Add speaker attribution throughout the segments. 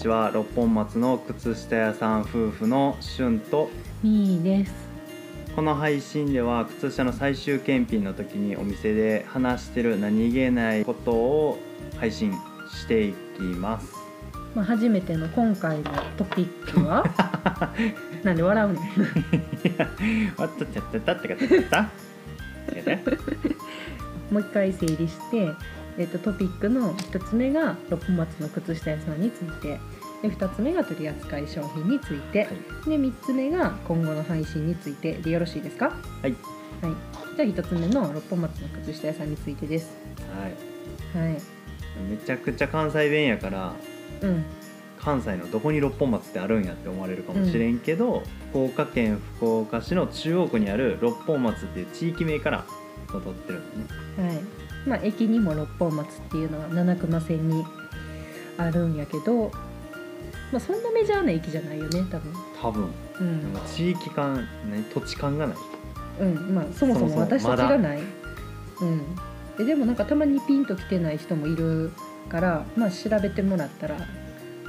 Speaker 1: ちは六本松の靴下屋さん夫婦のしゅんと
Speaker 2: みーです
Speaker 1: この配信では靴下の最終検品の時にお店で話してる何気ないことを配信していきます
Speaker 2: まあ初めての今回のトピック はなんで笑うねん
Speaker 1: わっとっちゃったったってかったった
Speaker 2: もう一回整理して、えっと、トピックの1つ目が六本松の靴下屋さんについてで2つ目が取り扱い商品について、
Speaker 1: はい
Speaker 2: で3つ目が今後の配信についてでよろしいですか
Speaker 1: はい、
Speaker 2: はい、じゃあ1つ目の六本松の靴下屋さんについてです
Speaker 1: はい、
Speaker 2: はい
Speaker 1: めちゃくちゃ関西弁やから
Speaker 2: うん
Speaker 1: 関西のどこに六本松ってあるんやって思われるかもしれんけど、福岡県福岡市の中央区にある六本松っていう地域名から取ってるんだね
Speaker 2: はいまあ、駅にも六本松っていうのは七熊線にあるんやけど、まあ、そんなメジャーな駅じゃないよね多分
Speaker 1: 多分なんか地域感、ね、土地感がない
Speaker 2: うん、うんまあ、そもそ
Speaker 1: そもそ
Speaker 2: も
Speaker 1: も
Speaker 2: 私た
Speaker 1: ま
Speaker 2: ち
Speaker 1: だ
Speaker 2: がないうん、ででもなんかたまにピンと来てない人もいるから、まあ、調べてもらったら、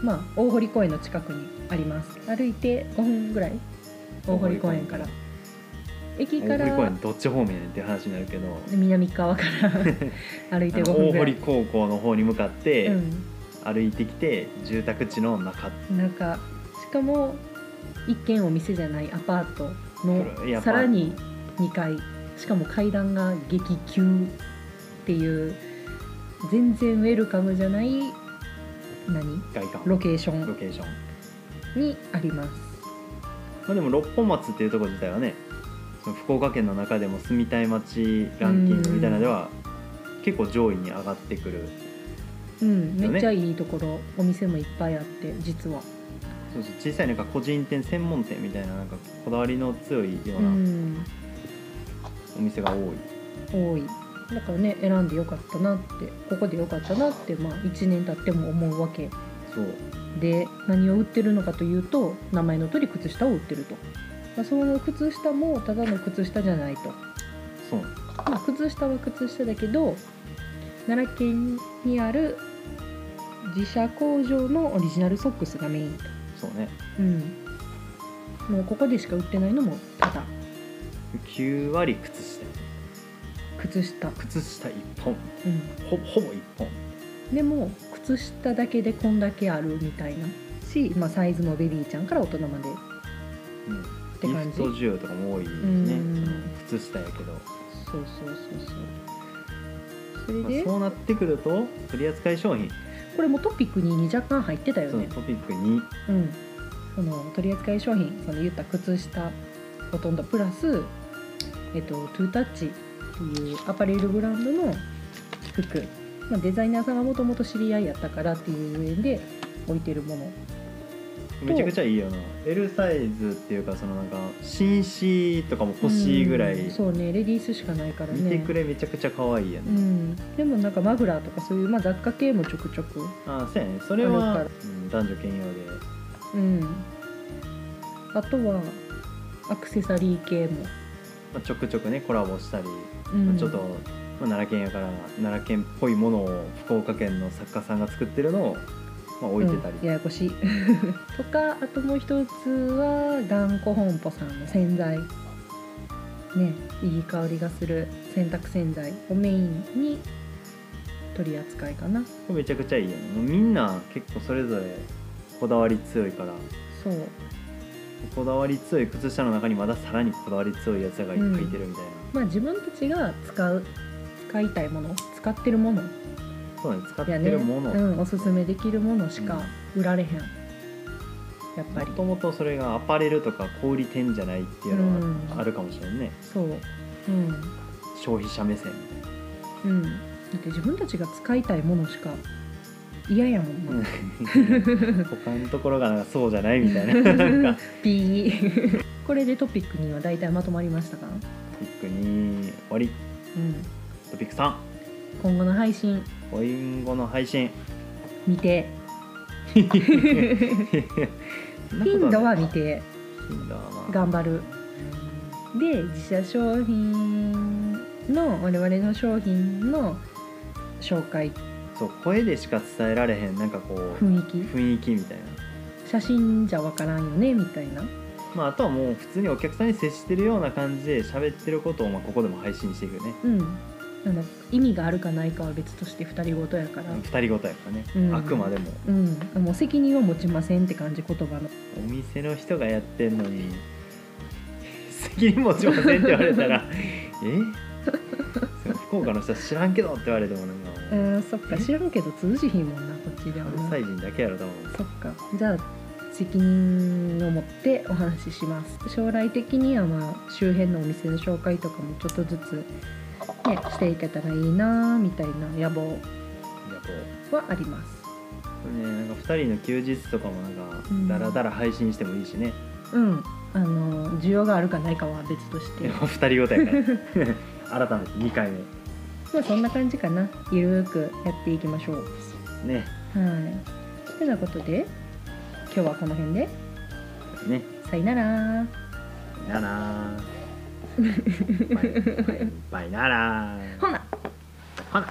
Speaker 2: まあ、大堀公園の近くにあります歩いて5分ぐらい大堀公園から駅か
Speaker 1: 大堀公
Speaker 2: ら
Speaker 1: 園どっち方面やねんって話になるけど
Speaker 2: 南側から 歩いて
Speaker 1: あ
Speaker 2: 5
Speaker 1: の
Speaker 2: 分
Speaker 1: 大
Speaker 2: ぐら
Speaker 1: 堀
Speaker 2: い。
Speaker 1: 高校の方に向かって
Speaker 2: うん
Speaker 1: 歩いてきて、住宅地の中
Speaker 2: なんかしかも一軒お店じゃないアパート
Speaker 1: 古いアパー
Speaker 2: の
Speaker 1: ト
Speaker 2: さらに2階しかも階段が激急っていう全然ウェルカムじゃない何
Speaker 1: 外観
Speaker 2: ロケーショ
Speaker 1: ロ
Speaker 2: ン
Speaker 1: ケーション、ま
Speaker 2: にあります
Speaker 1: あ、でも六本松っていうところ自体はねその福岡県の中でも住みたい街ランキングみたいなのでは結構上位に上がってくる
Speaker 2: うん
Speaker 1: よね
Speaker 2: めっちゃいいところお店もいっぱいあって実は
Speaker 1: そうそう小さいなんか個人店専門店みたいななんかこだわりの強いよ
Speaker 2: う
Speaker 1: うなんお店が多い、
Speaker 2: 多いだからね選んでよかったなってここでよかったなってまあ1年経っても思うわけ
Speaker 1: そう
Speaker 2: で何を売ってるのかというと名前の通り靴下を売ってると、まあ、その靴下もただの靴下じゃないと、
Speaker 1: そう
Speaker 2: まあ、靴下は靴下だけど奈良県にある自社工場のオリジナルソックスがメインと、
Speaker 1: そうね
Speaker 2: うん、もうここでしか売ってないのもただ
Speaker 1: 9割靴下
Speaker 2: 靴下、
Speaker 1: 靴下1本
Speaker 2: う
Speaker 1: ほほぼ1本
Speaker 2: ん、でも靴下だけでこんだけあるみたいなし、まあ、サイズもベビーちゃんから大人まで
Speaker 1: うん
Speaker 2: って
Speaker 1: ギ
Speaker 2: 感じ
Speaker 1: フト需要とかも多いしね、
Speaker 2: うん
Speaker 1: その靴下やけど、ま
Speaker 2: そうそうそうそうそれ
Speaker 1: あ
Speaker 2: で
Speaker 1: そうなってくると取り扱い商品
Speaker 2: これもトピックに若干入ってたよ
Speaker 1: その
Speaker 2: ね。
Speaker 1: トピックに
Speaker 2: うん、その取扱い商品その言った靴下ほとんどプラス、えっと、トゥータッチっていうアパレルブランドの服、まあ、デザイナーさんがもともと知り合いやったからっていう縁で置いてるもの
Speaker 1: めちゃくちゃいいよな L サイズっていうかそのなんか紳士とかも欲しいぐらい
Speaker 2: うんそうねレディースしかないからね
Speaker 1: 見てくれめちゃくちゃ可愛いや
Speaker 2: う
Speaker 1: ね、
Speaker 2: ん、でもなんかマフラーとかそういう、まあ、雑貨系もちょくちょく
Speaker 1: ああそうやねそれ
Speaker 2: あ
Speaker 1: は、
Speaker 2: る
Speaker 1: うん男女兼用で
Speaker 2: うんあとはアクセサリー系も、
Speaker 1: まあ、ちょくちょくねコラボしたり、
Speaker 2: うん
Speaker 1: まあちょっと、まあ、奈良県やから奈良県っぽいものを福岡県の作家さんが作ってるのを、まあ、置いてたり、
Speaker 2: うんややこしい とかあともう一つは頑固本舗さんの洗剤ねいい香りがする洗濯洗剤をメインに取り扱いかな
Speaker 1: これめちゃくちゃいいよねもうみんな結構それぞれこだわり強いから
Speaker 2: そう
Speaker 1: こだわり強い靴下の中にまださらにこだわり強いやつらがいっぱいいてるみたいな、
Speaker 2: まあ自分たちが使う使いたいもの使ってるもの
Speaker 1: そうね使って
Speaker 2: やね
Speaker 1: るもの、
Speaker 2: うん、おすすめできるものしか売られへん、やっぱ
Speaker 1: も
Speaker 2: り
Speaker 1: ともとそれがアパレルとか小売店じゃないっていうの
Speaker 2: う
Speaker 1: は
Speaker 2: ん
Speaker 1: あるかもしれんね、
Speaker 2: そううん
Speaker 1: 消費者目 線
Speaker 2: うんだって自分たちが使いたいものしか嫌やもんな、
Speaker 1: 他のところがなんかそうじゃないみたいな なんか
Speaker 2: ピー これでトピックには大体まとまりましたか、
Speaker 1: トピックに終わり
Speaker 2: うん、
Speaker 1: トピック3
Speaker 2: 今後の配信
Speaker 1: おインゴの配信
Speaker 2: 見て 頻
Speaker 1: 頻
Speaker 2: 度は見て
Speaker 1: 頻度はまあ
Speaker 2: 頑張るで自社商品の我々の商品の紹介
Speaker 1: そう声でしか伝えられへんなんかこう
Speaker 2: 雰囲気
Speaker 1: 雰囲気みたいな、
Speaker 2: 写真じゃわからんよねみたいな
Speaker 1: まあ、あとはもう普通にお客さんに接してるような感じで喋ってることをまあここでも配信していくよね
Speaker 2: うんなんだ意味があるかないかは別として二人ごとやから
Speaker 1: 二人ごとやからね、
Speaker 2: うん
Speaker 1: あくまでも
Speaker 2: うんもう責任を持ちませんって感じ言葉の
Speaker 1: お店の人がやってんのに責任持ちませんって言われた らえそう福岡の人は知らんけどって言われてもね
Speaker 2: う
Speaker 1: もうん
Speaker 2: そっか知らんけど通じひんもんなこっちでは
Speaker 1: 関
Speaker 2: な
Speaker 1: 西人だけやろ多分
Speaker 2: そっかじゃあ責任を持ってお話しします将来的にはまあ周辺のお店の紹介とかもちょっとずつ、ね、していけたらいいなみたいな野望
Speaker 1: いやこう
Speaker 2: はあります
Speaker 1: これねなんか2人の休日とかもなんか
Speaker 2: うん
Speaker 1: ダラダラ配信してもいいしね、
Speaker 2: うんあの需要があるかないかは別とし
Speaker 1: で
Speaker 2: て
Speaker 1: も2人ごとやから 改めて2回目
Speaker 2: まあそんな感じかなゆるーくやっていきましょう
Speaker 1: ね
Speaker 2: はいというようなことで今日はこの辺で
Speaker 1: ね
Speaker 2: さよなら
Speaker 1: ならバイバイバイなら
Speaker 2: ほな
Speaker 1: ほな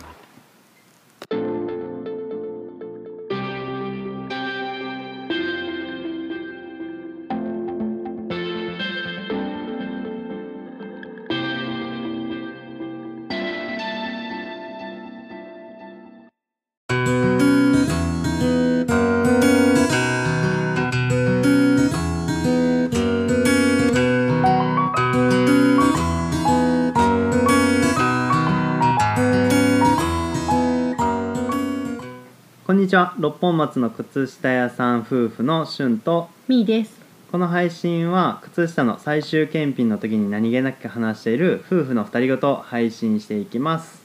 Speaker 1: こんにちは六本松の靴下屋さん夫婦のしゅんと
Speaker 2: みーです
Speaker 1: この配信は靴下の最終検品の時に何気なく話している夫婦の二人ごとを配信していきます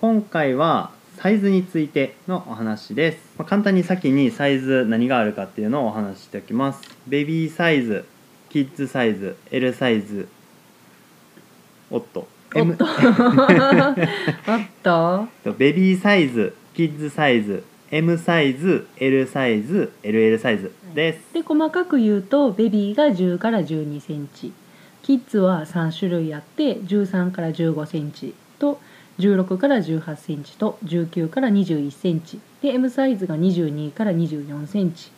Speaker 1: 今回はサイズについてのお話です、まあ簡単に先にサイズ何があるかっていうのをお話ししておきますベビーサイズキッズサイズ L サイズおっと
Speaker 2: お
Speaker 1: M
Speaker 2: っと おっと
Speaker 1: ベビーサイズキッズサイズ M サイズ L サイズ LL サイズです、
Speaker 2: で細かく言うとベビーが10から1 2センチキッズは3種類あって13から1 5センチと16から1 8センチと19から2 1センチで M サイズが22から2 4センチ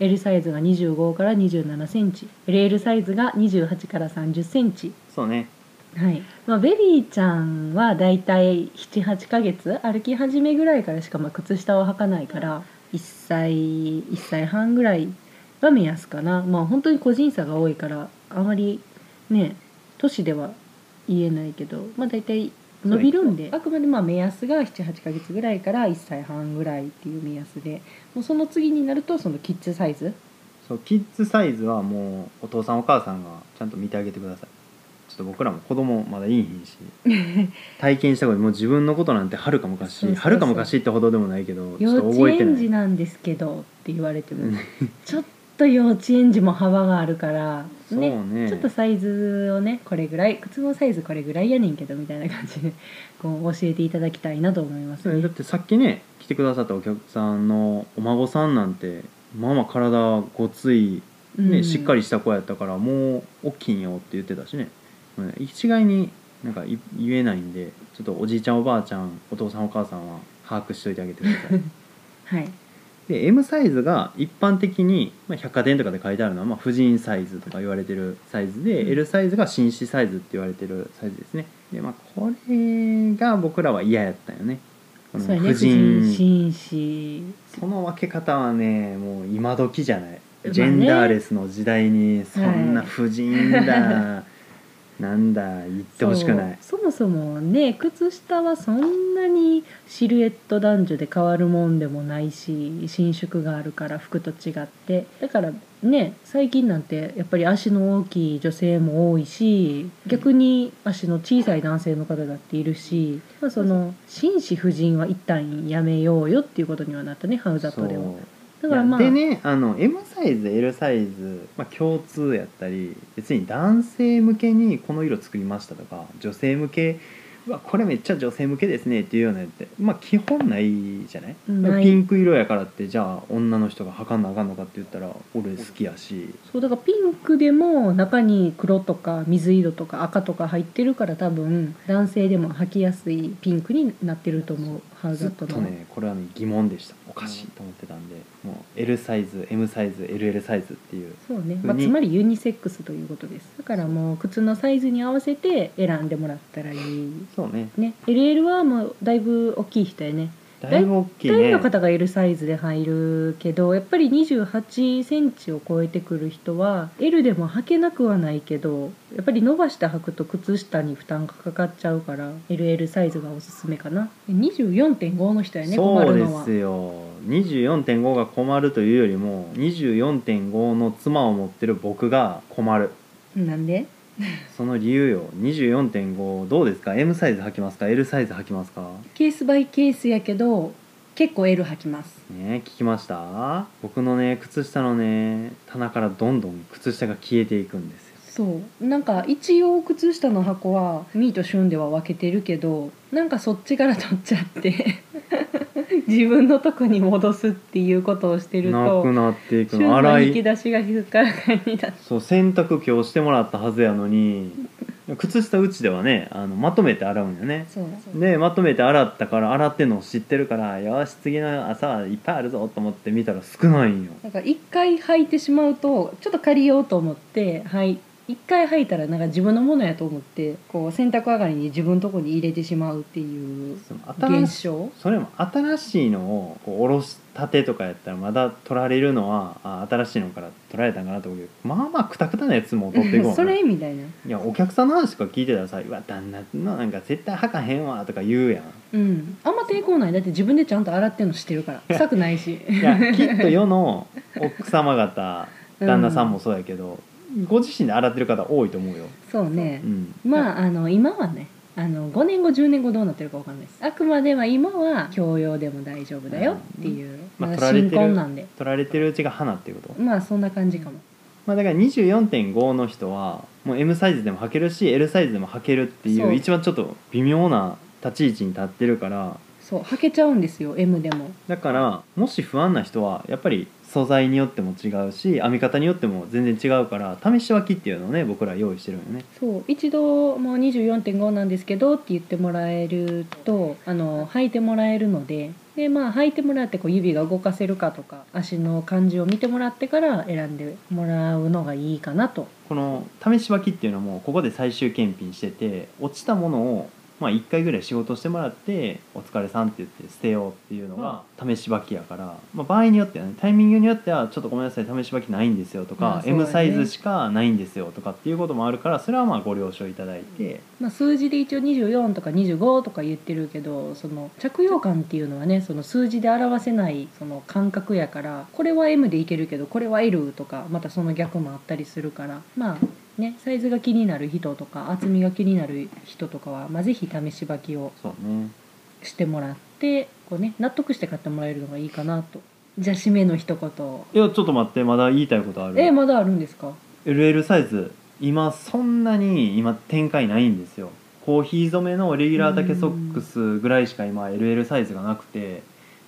Speaker 2: L サイズが25から2 7センチ LL サイズが28から3 0センチ
Speaker 1: そうね
Speaker 2: はいまあ、ベビーちゃんはだいたい78ヶ月歩き始めぐらいからしかまあ靴下を履かないから1歳1歳半ぐらいが目安かなまあ本当に個人差が多いからあまりね都市では言えないけどまあだいたい伸びるんであくまでまあ目安が78ヶ月ぐらいから1歳半ぐらいっていう目安でもうその次になるとそのキッズサイズ
Speaker 1: そうキッズサイズはもうお父さんお母さんがちゃんと見てあげてくださいちょっと僕らも子供まだいいひん し体験したこともう自分のことなんてはるか
Speaker 2: そうそう
Speaker 1: 昔
Speaker 2: そう
Speaker 1: はるか昔ってほどでもないけどち
Speaker 2: 幼
Speaker 1: ょっと
Speaker 2: 稚
Speaker 1: 覚えて
Speaker 2: 園児
Speaker 1: ない
Speaker 2: なんですけどって言われて
Speaker 1: う
Speaker 2: も
Speaker 1: ん
Speaker 2: ちょっと幼稚園児も幅があるから
Speaker 1: そう
Speaker 2: ね
Speaker 1: ね
Speaker 2: ちょっとサイズをねこれぐらい靴のサイズこれぐらいやねんけどみたいな感じで こう教えていただきたいなと思います
Speaker 1: そうねだってさっきね来てくださったお客さんのお孫さんなんてまあまあ体ごつい、ね
Speaker 2: うん
Speaker 1: しっかりした子やったからもう大きいんよって言ってたしねうん一概になんかい言えないんでちょっとおじいちゃんおばあちゃんお父さんお母さんは把握しといてあげてください
Speaker 2: はい
Speaker 1: で M サイズが一般的に、まあ、百貨店とかで書いてあるのは、まあ、婦人サイズとか言われてるサイズで、
Speaker 2: うん
Speaker 1: L サイズが紳士サイズって言われてるサイズですねでまあこれが僕らは嫌やったよねこの
Speaker 2: そうやね
Speaker 1: 婦
Speaker 2: 婦人
Speaker 1: 人
Speaker 2: 紳士
Speaker 1: その分け方はねもう今時じゃない、
Speaker 2: まあね
Speaker 1: ジェンダーレスの時代にそんな婦人だ、 なんだ言ってほしくない
Speaker 2: そうそもそもね靴下はそんなにシルエット男女で変わるもんでもないし伸縮があるから服と違ってだからね最近なんてやっぱり足の大きい女性も多いし逆に足の小さい男性の方だっているし、まあ、その紳士婦人は一旦やめようよっていうことにはなったねハウザットでは。
Speaker 1: う
Speaker 2: だからまあ
Speaker 1: いやでねあの M サイズ L サイズ、まあ、共通やったり別に男性向けにこの色作りましたとか女性向けうわこれめっちゃ女性向けですねっていうようなやつってまあ基本ないじゃない
Speaker 2: ない
Speaker 1: ピンク色やからってじゃあ女の人が履かんなあかんのかって言ったら俺好きやし
Speaker 2: そうだからピンクでも中に黒とか水色とか赤とか入ってるから多分男性でも履きやすいピンクになってると思うハー
Speaker 1: ず
Speaker 2: ガ
Speaker 1: っ
Speaker 2: ット
Speaker 1: と
Speaker 2: の、
Speaker 1: ねこれはね疑問でしたおかしいと思ってたんで、もう L サイズ M サイズ LL サイズっていう
Speaker 2: そうね、まあ、
Speaker 1: に
Speaker 2: つまりユニセックスということですだからもう靴のサイズに合わせて選んでもらったらいい
Speaker 1: そうね
Speaker 2: ね LL はもうだいぶ大きい人やね
Speaker 1: だいぶ大きい
Speaker 2: 大
Speaker 1: ね
Speaker 2: の方がいるサイズで入るけどやっぱり2 8センチを超えてくる人は L でも履けなくはないけどやっぱり伸ばして履くと靴下に負担がかかっちゃうから LL サイズがおすすめかな24.5の人やね困
Speaker 1: そう
Speaker 2: る
Speaker 1: で
Speaker 2: のは
Speaker 1: すよ24.5が困るというよりも24.5の妻を持ってる僕が困る
Speaker 2: なんで
Speaker 1: その理由よ24.5どうですか M サイズ履きますか L サイズ履きますか
Speaker 2: ケースバイケースやけど結構 L 履きます
Speaker 1: ね聞きました僕のね靴下のね棚からどんどん靴下が消えていくんですよ
Speaker 2: そうなんか一応靴下の箱はミーとシュンでは分けてるけどなんかそっちから取っちゃって 自分のとこに戻すっていうことをしてる
Speaker 1: なく
Speaker 2: と
Speaker 1: なっていく
Speaker 2: シュン
Speaker 1: の
Speaker 2: の
Speaker 1: 洗
Speaker 2: 引き
Speaker 1: い
Speaker 2: 出しが引っかかりだ
Speaker 1: そう洗濯今日してもらったはずやのに靴下うちではねあのまとめて洗うんよね
Speaker 2: そう
Speaker 1: でまとめて洗ったから洗ってんのを知ってるからよし次の朝はいっぱいあるぞと思って見たら少ないんよ
Speaker 2: なんか一回履いてしまうとちょっと借りようと思ってはい一回履いたらなんか自分のものやと思ってこう洗濯上がりに自分のとこに入れてしまうっていう
Speaker 1: その新
Speaker 2: 現
Speaker 1: し
Speaker 2: 象
Speaker 1: それも新しいのをこうおろしたてとかやったらまだ取られるのはあ新しいのから取られたんかなと思うけどまあまあくたくたなやつも取っていこう
Speaker 2: そ
Speaker 1: な
Speaker 2: れ
Speaker 1: い
Speaker 2: みたいな
Speaker 1: やお客さんの話とか聞いてたらさ「うわ旦那のなんか絶対はかへんわ」とか言うやん。
Speaker 2: うんあんま抵抗ないだって自分でちゃんと洗ってんのしてるか ら臭くないし
Speaker 1: いやきっと世の奥様方旦那さんもそうやけど、ご自身で洗ってる方多いと思うよ。
Speaker 2: そうね
Speaker 1: うん、
Speaker 2: まああの今はねあの5年後10年後どうなってるかわかんないですあくまでは今は教養でも大丈夫だよっていう、
Speaker 1: まあ
Speaker 2: まだ
Speaker 1: 取られて
Speaker 2: 新
Speaker 1: る
Speaker 2: 婚なんで
Speaker 1: 取られてるうちが花っていうこと
Speaker 2: まあそんな感じかも
Speaker 1: まあ、だから24.5の人はもう M サイズでも履けるし L サイズでも履けるってい
Speaker 2: そうう
Speaker 1: 一番ちょっと微妙な立ち位置に立ってるから
Speaker 2: そう履けちゃうんですよ M でも
Speaker 1: だからもし不安な人はやっぱり素材によっても違うし編み方によっても全然違うから試し履きっていうのをね僕ら用意してるんよね
Speaker 2: そう一度もう24.5なんですけどって言ってもらえるとあの履いてもらえるのででまあ履いてもらってこう指が動かせるかとか足の感じを見てもらってから選んでもらうのがいいかなと
Speaker 1: この試し履きっていうのもここで最終検品してて落ちたものをまあ1回ぐらい仕事してもらって「お疲れさん」って言って捨てようっていうのが試し履きやから、まあ、場合によってはねタイミングによっては「ちょっとごめんなさい試し履きないんですよ」と
Speaker 2: ま
Speaker 1: か
Speaker 2: あ、そうだね
Speaker 1: M サイズしかないんですよ」とかっていうこともあるからそれはまあご了承いただいて
Speaker 2: まあ、数字で一応24とか25とか言ってるけどその着用感っていうのはねその数字で表せないその感覚やからこれは M でいけるけどこれは L とかまたその逆もあったりするからまあねサイズが気になる人とか厚みが気になる人とかは、まあ、ぜひ試し履きを
Speaker 1: そうね
Speaker 2: してもらってこう、ね、納得して買ってもらえるのがいいかなと。じゃあ締めの一言
Speaker 1: いやちょっと待ってまだ言いたいことある
Speaker 2: えまだあるんですか
Speaker 1: LL サイズ今そんなに今展開ないんですよコーヒー染めのレギュラー丈ソックスぐらいしか今 LL サイズがなくて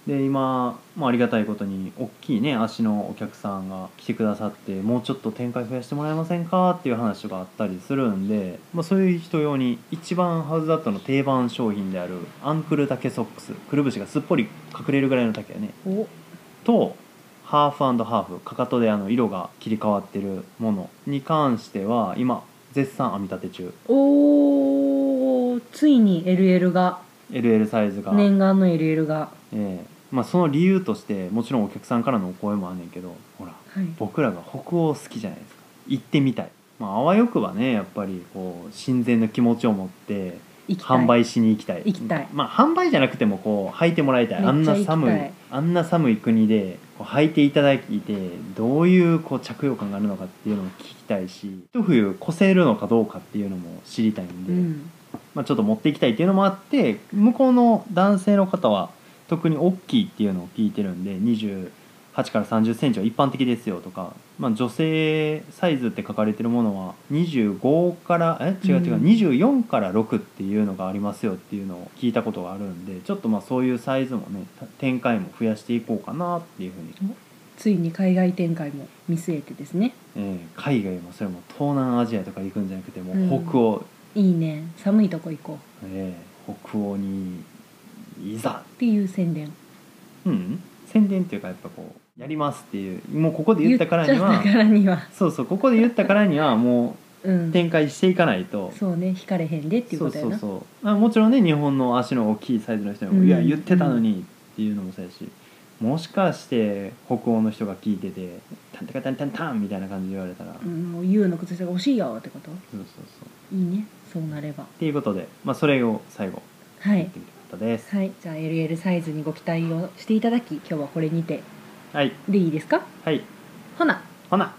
Speaker 1: で今、まあ、ありがたいことに大きいね足のお客さんが来てくださってもうちょっと展開増やしてもらえませんかっていう話があったりするんで、まあ、そういう人用に一番ハウスダットの定番商品であるアンクル丈ソックスくるぶしがすっぽり隠れるぐらいの丈やね
Speaker 2: お
Speaker 1: とハーフハーフかかとであの色が切り替わってるものに関しては今絶賛編み立て中
Speaker 2: おーついに LL が
Speaker 1: LL サイズが、
Speaker 2: 念願の LL が。
Speaker 1: ええまあ、その理由としてもちろんお客さんからのお声もあんねんけどほら
Speaker 2: はい
Speaker 1: 僕らが北欧好きじゃないですか行ってみたい、まああわよくばねやっぱりこう親善の気持ちを持って
Speaker 2: 行きたい
Speaker 1: 販売しに行きたい
Speaker 2: 行きたい
Speaker 1: まあ販売じゃなくてもこう履いてもらいたい
Speaker 2: めっちゃ
Speaker 1: あんな
Speaker 2: 行きたい
Speaker 1: 寒いあんな寒い国でこう履いていただいてどういうこう着用感があるのかっていうのも聞きたいし一冬越せるのかどうかっていうのも知りたいん
Speaker 2: う
Speaker 1: で、
Speaker 2: ん、
Speaker 1: まあ、ちょっと持っていきたいっていうのもあって向こうの男性の方は特に大きいっていうのを聞いてるんで28から3 0センチは一般的ですよとか、まあ、女性サイズって書かれてるものは25からえ違う違う、
Speaker 2: うん
Speaker 1: 24から6っていうのがありますよっていうのを聞いたことがあるんでちょっとまあそういうサイズもねた展開も増やしていこうかなっていうふうに、
Speaker 2: ついに海外展開も見据えてですね
Speaker 1: えー海外もそれも東南アジアとか行くんじゃなくても
Speaker 2: うん
Speaker 1: う北欧、
Speaker 2: いいね寒いとこ行こ
Speaker 1: ええ北欧にいざ
Speaker 2: っていう宣伝
Speaker 1: うん宣伝っていうかやっぱこうやりますっていうもうここで言ったからに
Speaker 2: 言
Speaker 1: は
Speaker 2: っちゃったからには
Speaker 1: そうそうここで言ったからにはも
Speaker 2: うん
Speaker 1: う展開していかないと
Speaker 2: そうね惹かれへんでってい
Speaker 1: そう
Speaker 2: うこ
Speaker 1: そ
Speaker 2: とや
Speaker 1: う
Speaker 2: な
Speaker 1: そうあもちろんね日本の足の大きいサイズの人にも、
Speaker 2: うん
Speaker 1: いや言ってたのにっていうのもそうやしもしかして北欧の人が聞いてて「タンタカタンタンタン」みたいな感じで言われたら、
Speaker 2: う
Speaker 1: そうん
Speaker 2: もう YOU の靴下が欲しいよってこと
Speaker 1: そうそう
Speaker 2: いいねそうなれば
Speaker 1: っていうことで、まあ、それを最後
Speaker 2: は
Speaker 1: やっ
Speaker 2: い
Speaker 1: てみたかったです
Speaker 2: はいじゃあ LL サイズにご期待をしていただき今日はこれにて
Speaker 1: はい
Speaker 2: でいいですか
Speaker 1: はい
Speaker 2: ほな
Speaker 1: ほな